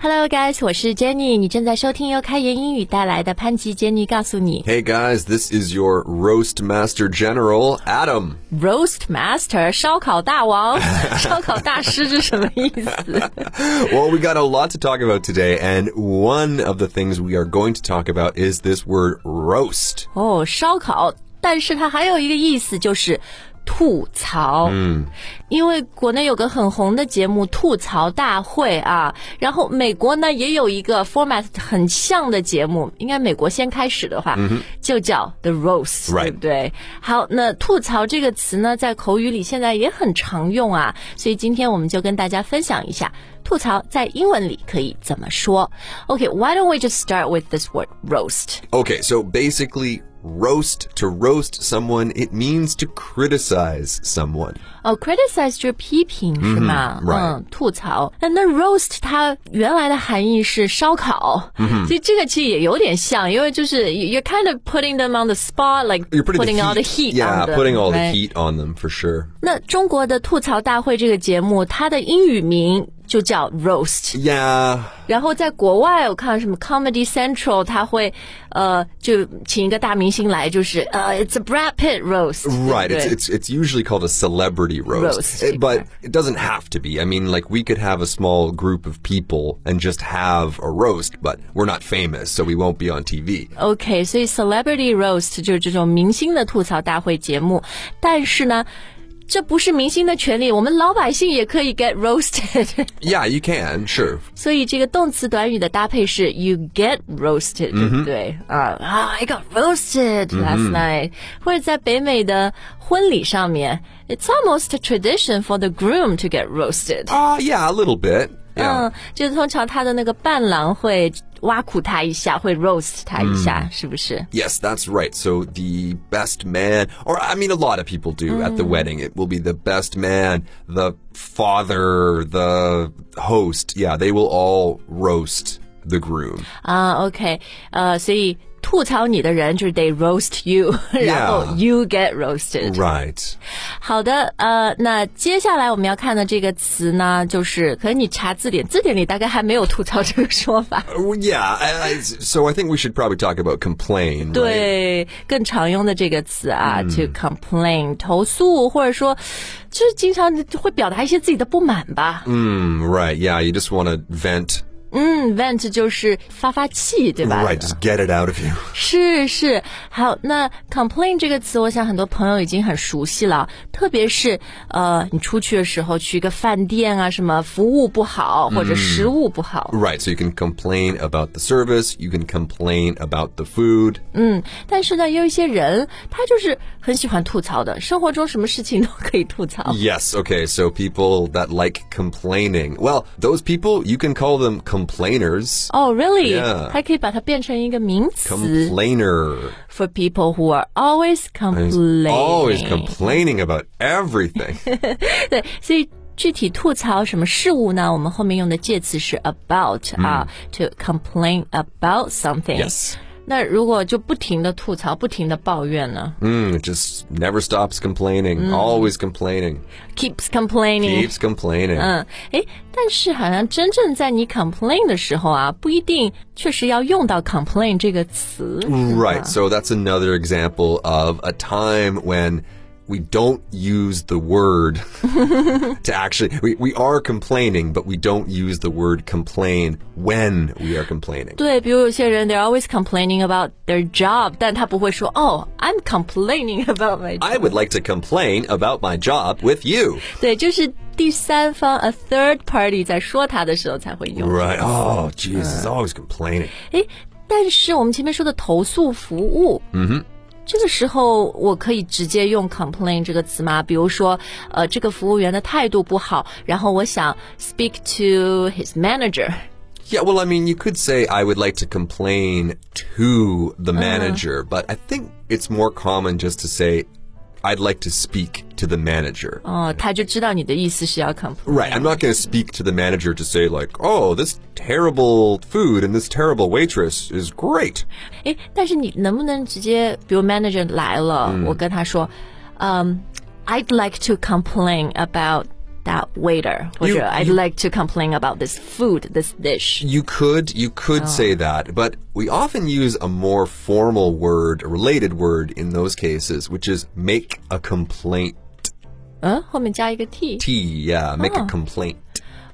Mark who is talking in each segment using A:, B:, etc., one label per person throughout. A: Hello guys，我是 Jenny，你正在收听由开言英语带来的潘吉 Jenny 告诉你
B: Hey guys, this is your roast master general, Adam.
A: Roast Master 烧烤大王、 烧烤大师是什么意思
B: Well, we got a lot to talk about today, and one of the things we are going to talk about is this word roast.
A: 哦，烧烤，但是它还有一个意思就是。吐槽，嗯，因为国内有个很红的节目《吐槽大会》啊，然后美国呢也有一个 format 很像的节目，应该美国先开始的话，就叫 The Roast，、
B: Right
A: 对不对？好，那吐槽这个词呢，在口语里现在也很常用啊，所以今天我们就跟大家分享一下吐槽在英文里可以怎么说。OK，why、don't we just start with this word roast？
B: Okay, so basically, roast, to roast someone, it means to criticize someone.
A: 哦、c r i t i c i z e 就是批评是吗？
B: right
A: 嗯，吐槽。那那 roast 它原来的含义是烧烤，所以这个其实也有点像，因为就是 you- you're kind of putting them on the spot, like
B: You're putting, the
A: all the
B: heat-
A: heat.
B: Yeah,
A: on them,
B: putting all
A: right?
B: the heat on them for sure.
A: 那中国的吐槽大会这个节目，它的英语名就叫 roast，
B: Yeah,
A: 然后在国外我看什么 Comedy Central，它会呃就请一个大明星来，就是呃 it's a Brad Pitt roast，
B: right.
A: 对不
B: It's,
A: 对
B: it's it's usually called a celebrity roast,
A: Roast,
B: It- but it doesn't have to be. I mean, like we could have a small group of people and just have a roast, but we're not famous, so we won't be on TV.
A: OK，所以 Celebrity Roast 就是这种明星的吐槽大会节目，但是呢。这不是明星的权利，我们老百姓也可以 get roasted。
B: Yeah, you can, sure.
A: 所以这个动词短语的搭配是 you get roasted，、对不对？啊、啊 i got roasted last night、或者在北美的婚礼上面，it's almost a tradition for the groom to get roasted。
B: Ah, yeah, a little bit. Yeah.
A: 嗯，就是通常他的那个伴郎会挖苦他一下，会 roast 他一下，是不是？
B: Yes, that's right. So the best man, or I mean, a lot of people do at the wedding. It will be the best man, the father, the host. Yeah, they will all roast the groom.
A: 啊，OK，呃，所以吐槽你的人就是 they roast you，然后 you get
B: 嗯
A: roasted。
B: Right.
A: 好的，呃，那接下来我们要看的这个词呢，就是可能你查字典，字典里大概还没有吐槽这个说法。
B: Uh, yeah. I, I, so I think we should probably talk about complain. Right?
A: 对，更常用的这个词啊、t o complain，投诉，或者说，就是经常会表达一些自己的不满吧。嗯
B: Mm, right. Yeah. You just want to vent.
A: v e n t 就是发发气，对吧
B: Right. Just get it out of you.
A: 是是，好，那 complain 这个词，我想很多朋友已经很熟悉了，特别是呃，你出去的时候去一个饭店啊，什么服务不好或者食物不好，
B: Right. So you can complain about the service. You can complain about the food.
A: 但是呢，也有一些人他就是很喜欢吐槽的，生活中什么事情都可以吐槽。
B: Yes, okay, so people that like complaining. Well, those people, you can call them complainers.
A: 哦、r e a l l y
B: Yeah
A: 还可以把它变成一个名词
B: Complainer.
A: for people who are always complaining。
B: Always complaining about everything.
A: 对，所以具体吐槽什么事物呢？我们后面用的介词是 about 啊、t o complain about something。
B: Yes.
A: 那如果就不停的吐槽，不停的抱怨呢
B: Mm, it just never stops complaining. Always complaining.
A: ？Keeps complaining。
B: Keeps complaining.
A: 嗯，诶，但是好像真正在你 complain 的时候啊，不一定确实要用到 complain 这个词。
B: Right, so that's another example of a time when we don't use the word to actually, we, we are complaining, but we don't use the word complain when we are complaining.
A: 对，比如有些人 they're always complaining about their job，但他不会说哦、i m complaining about my job。
B: I would like to complain about my job with you.
A: 对，就是第三方 a third party 在说他的时候才会用。
B: Right. Oh, Jesus, it's always complaining.
A: 诶，但是我们前面说的投诉服务，嗯哼。这个时候，我可以直接用 complain 这个词吗？比如说，呃，这个服务员的态度不好，然后我想 speak to his manager。
B: Yeah, well, I mean, you could say I would like to complain to the manager, but I think it's more common just to say I'd like to speak to the manager.
A: 哦，他就知道你的意思是要 complain。
B: Right, I'm not going to speak to the manager to say, like, oh, this terrible food and this terrible waitress is great.
A: 诶，但是你能不能直接，比如 manager 来了，我跟他说，嗯、i d like to complain about that waiter. 或者
B: You-
A: I'd
B: you-
A: like to complain about this food, this dish.
B: You could, you
A: Oh.
B: could say that, but we often use a more formal word, a related word in those cases, which is make a complaint.
A: 嗯，后面加一个 t。
B: T, yeah, make
A: Oh.
B: a complaint.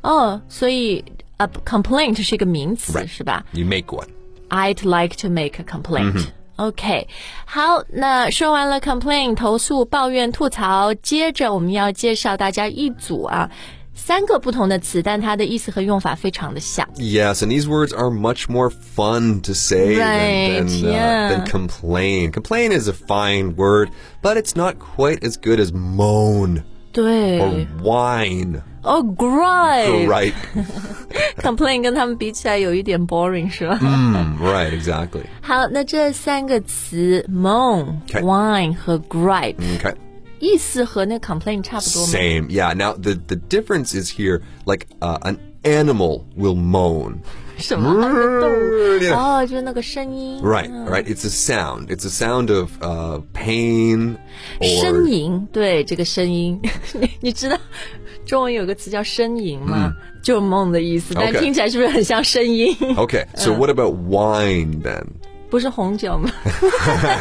A: 哦，所以 a complaint 是一个名词
B: Right.
A: 是吧
B: You make one.
A: ？I'd like to make a complaint、OK，好，那说完了 complain 投诉、抱怨、吐槽，接着我们要介绍大家一组啊，三个不同的词，但它的意思和用法非常的像。
B: Yes, and these words are much more fun to say than,
A: Right,
B: than, uh,
A: yeah.
B: than complain. Complain is a fine word, but it's not quite as good as moan
A: 对，
B: or whine.
A: 哦 g r i
B: Oh Right,
A: complain 跟他们比起来有一点 boring 是吧？
B: Mm, right, exactly.
A: 好，那这三个词 moan、
B: Okay.
A: whine 和 gripe、
B: Okay.
A: 意思和那 complain 差不多吗？
B: Same, yeah. Now the the difference is here, like uh, an animal will moan.
A: 什么它的动物？
B: Yeah.
A: 哦，就是那个声音。
B: 嗯
A: 嗯
B: Right, right. It's a sound. It's a sound of uh, pain
A: 呻
B: or
A: 吟，对这个声 音，你你知道中文有个词叫呻吟吗？
B: 嗯
A: 就是梦的意思，但
B: OK
A: 听起来是不是很像声音？
B: okay. So what about whine then?
A: 不是红酒 吗？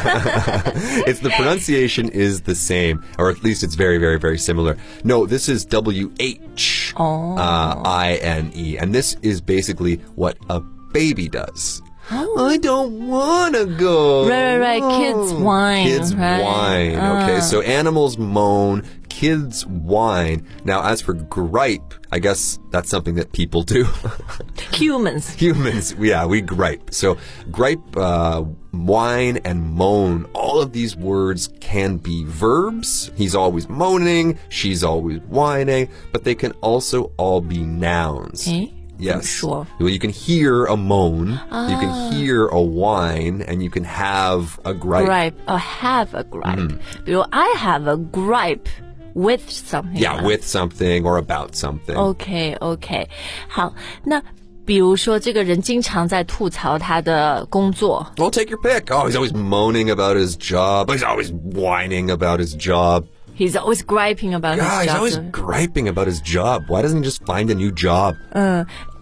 B: It's the pronunciation is the same, or at least it's very, very, very similar. No, this is W H
A: Oh.
B: uh, I N E, and this is basically what a baby does. I don't wanna go.
A: Oh. Right, right, right. Kids
B: Oh.
A: whine,
B: Kids
A: right? Uh.
B: whine. Okay, so animals moan, kids whine. Now, as for gripe, I guess that's something that people do.
A: Humans，
B: humans yeah we gripe so gripe uh, whine and moan all of these words can be verbs he's always moaning she's always whining but they can also all be nouns
A: 诶
B: yes
A: 说
B: well you can hear a moan you can hear a whine and you can have a gripe
A: gripe or have a gripe，、比
B: Mm.
A: 如 I have a gripe with something 啊。
B: yeah with something or about something
A: Oh. OK OK，好，那比如说这个人经常在吐槽他的工作，
B: well take your pick oh he's always moaning about his job he's always whining about his job
A: He's always griping about his
B: Yeah, he's
A: job.
B: always griping about his job. Why doesn't he just find a new job?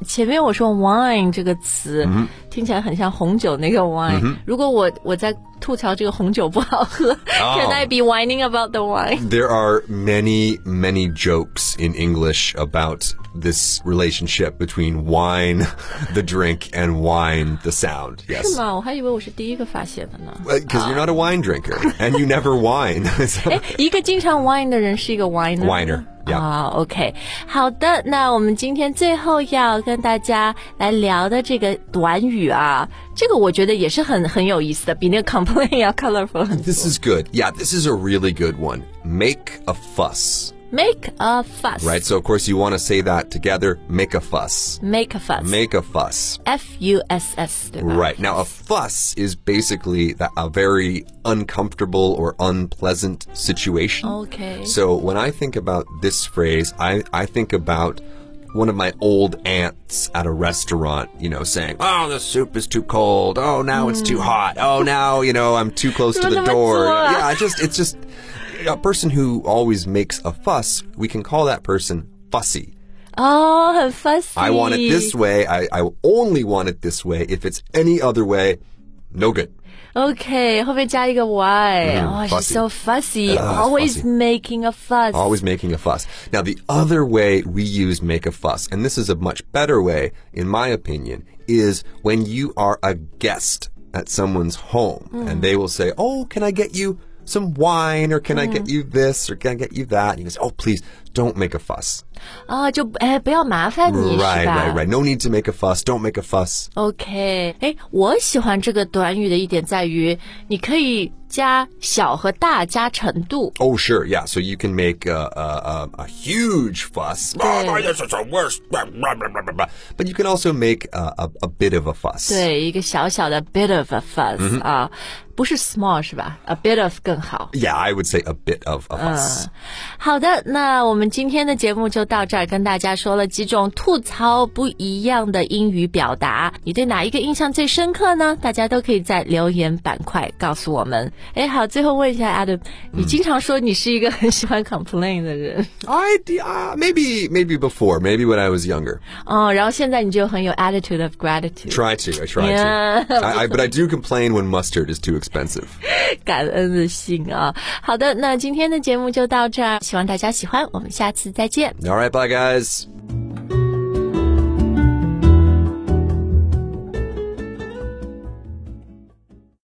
A: 前面我说 wine 这个词、
B: 嗯
A: 听起来很像红酒那个 wine。如果我我在吐槽这个红酒不好 喝、c
B: 哦
A: a n I be whining about the wine？
B: There are many, many jokes in English about this relationship between wine, the drink, and wine, the sound.
A: 是
B: Yes.
A: 吗？我还以为我是第一个发现的呢。
B: Because you're not a wine drinker and you never wine. So-
A: 哎，一个经常 wine 的人是一个 winer。
B: Whiner，yeah
A: 啊、o k 好的，那我们今天最后要跟大家来聊的这个短语啊，这个我觉得也是很很有意思的，比那个 complain 要 colorful 很多。
B: this is good. Yeah, this is a really good one. Make a fuss.
A: Make a fuss，
B: Right? So, of course, you want to say that together. Make a fuss.
A: Make a fuss。
B: Make a fuss.
A: F U S S 对吧？
B: Right. Now, a fuss is basically the, a very uncomfortable or unpleasant situation.
A: Okay.
B: So when I think about this phrase, I, I think about one of my old aunts at a restaurant, you know, saying, Oh, the soup is too cold. Oh, now it's too hot. Oh, now, you know, I'm too close to the
A: Remember
B: door.
A: Zora.
B: Yeah, I just, it's just a person who always makes a fuss, we can call that person fussy.
A: 哦，很 fussy。
B: I want it this way. I, I only want it this way. If it's any other way, no good.
A: OK，后面加一个 why。哦，she's
B: 嗯 fussy
A: so fussy,
B: Ah,
A: always
B: fussy.
A: making a fuss.
B: Always making a fuss. Now, the other way we use make a fuss, and this is a much better way, in my opinion, is when you are a guest at someone's home and they will say, Oh, can I get you some wine or can I get you this or can I get you that? And you can say, Oh, please don't make a fuss.
A: 啊，就哎，不要麻烦你
B: right,
A: 是
B: right,
A: 吧
B: right. No need to make a fuss. Don't make a fuss.
A: ？OK，哎，我喜欢这个短语的一点在于，你可以加小和大加程度。
B: Oh, sure, yeah. So you can make a, a, a, a huge fuss. Oh, my, this is the worst. Blah, blah, blah, blah, blah, blah. But you can also make uh, a, a, a bit of a fuss.
A: 对，一个小小的 bit of a fuss、啊，
B: 嗯
A: 不是 small 是吧？a bit of 更好。
B: Yeah, I would say a bit of a fuss.
A: 好的，那我们们今天的节目就到这儿，跟大家说了几种吐槽不一样的英语表达，你对哪一个印象最深刻呢？大家都可以在留言板块告诉我们。哎，好，最后问一下 Adam，你经常说你是一个很喜欢 complain 的人
B: I uh, maybe maybe before, maybe when I was younger.
A: 哦，然后现在你就很有 attitude of gratitude，
B: Try to, I try
A: Yeah.
B: to. I, I, but I do complain when mustard is too expensive.
A: 感恩的心啊。好的，那今天的节目就到这儿，希望大家喜欢，我们下次再见。
B: All right, bye guys.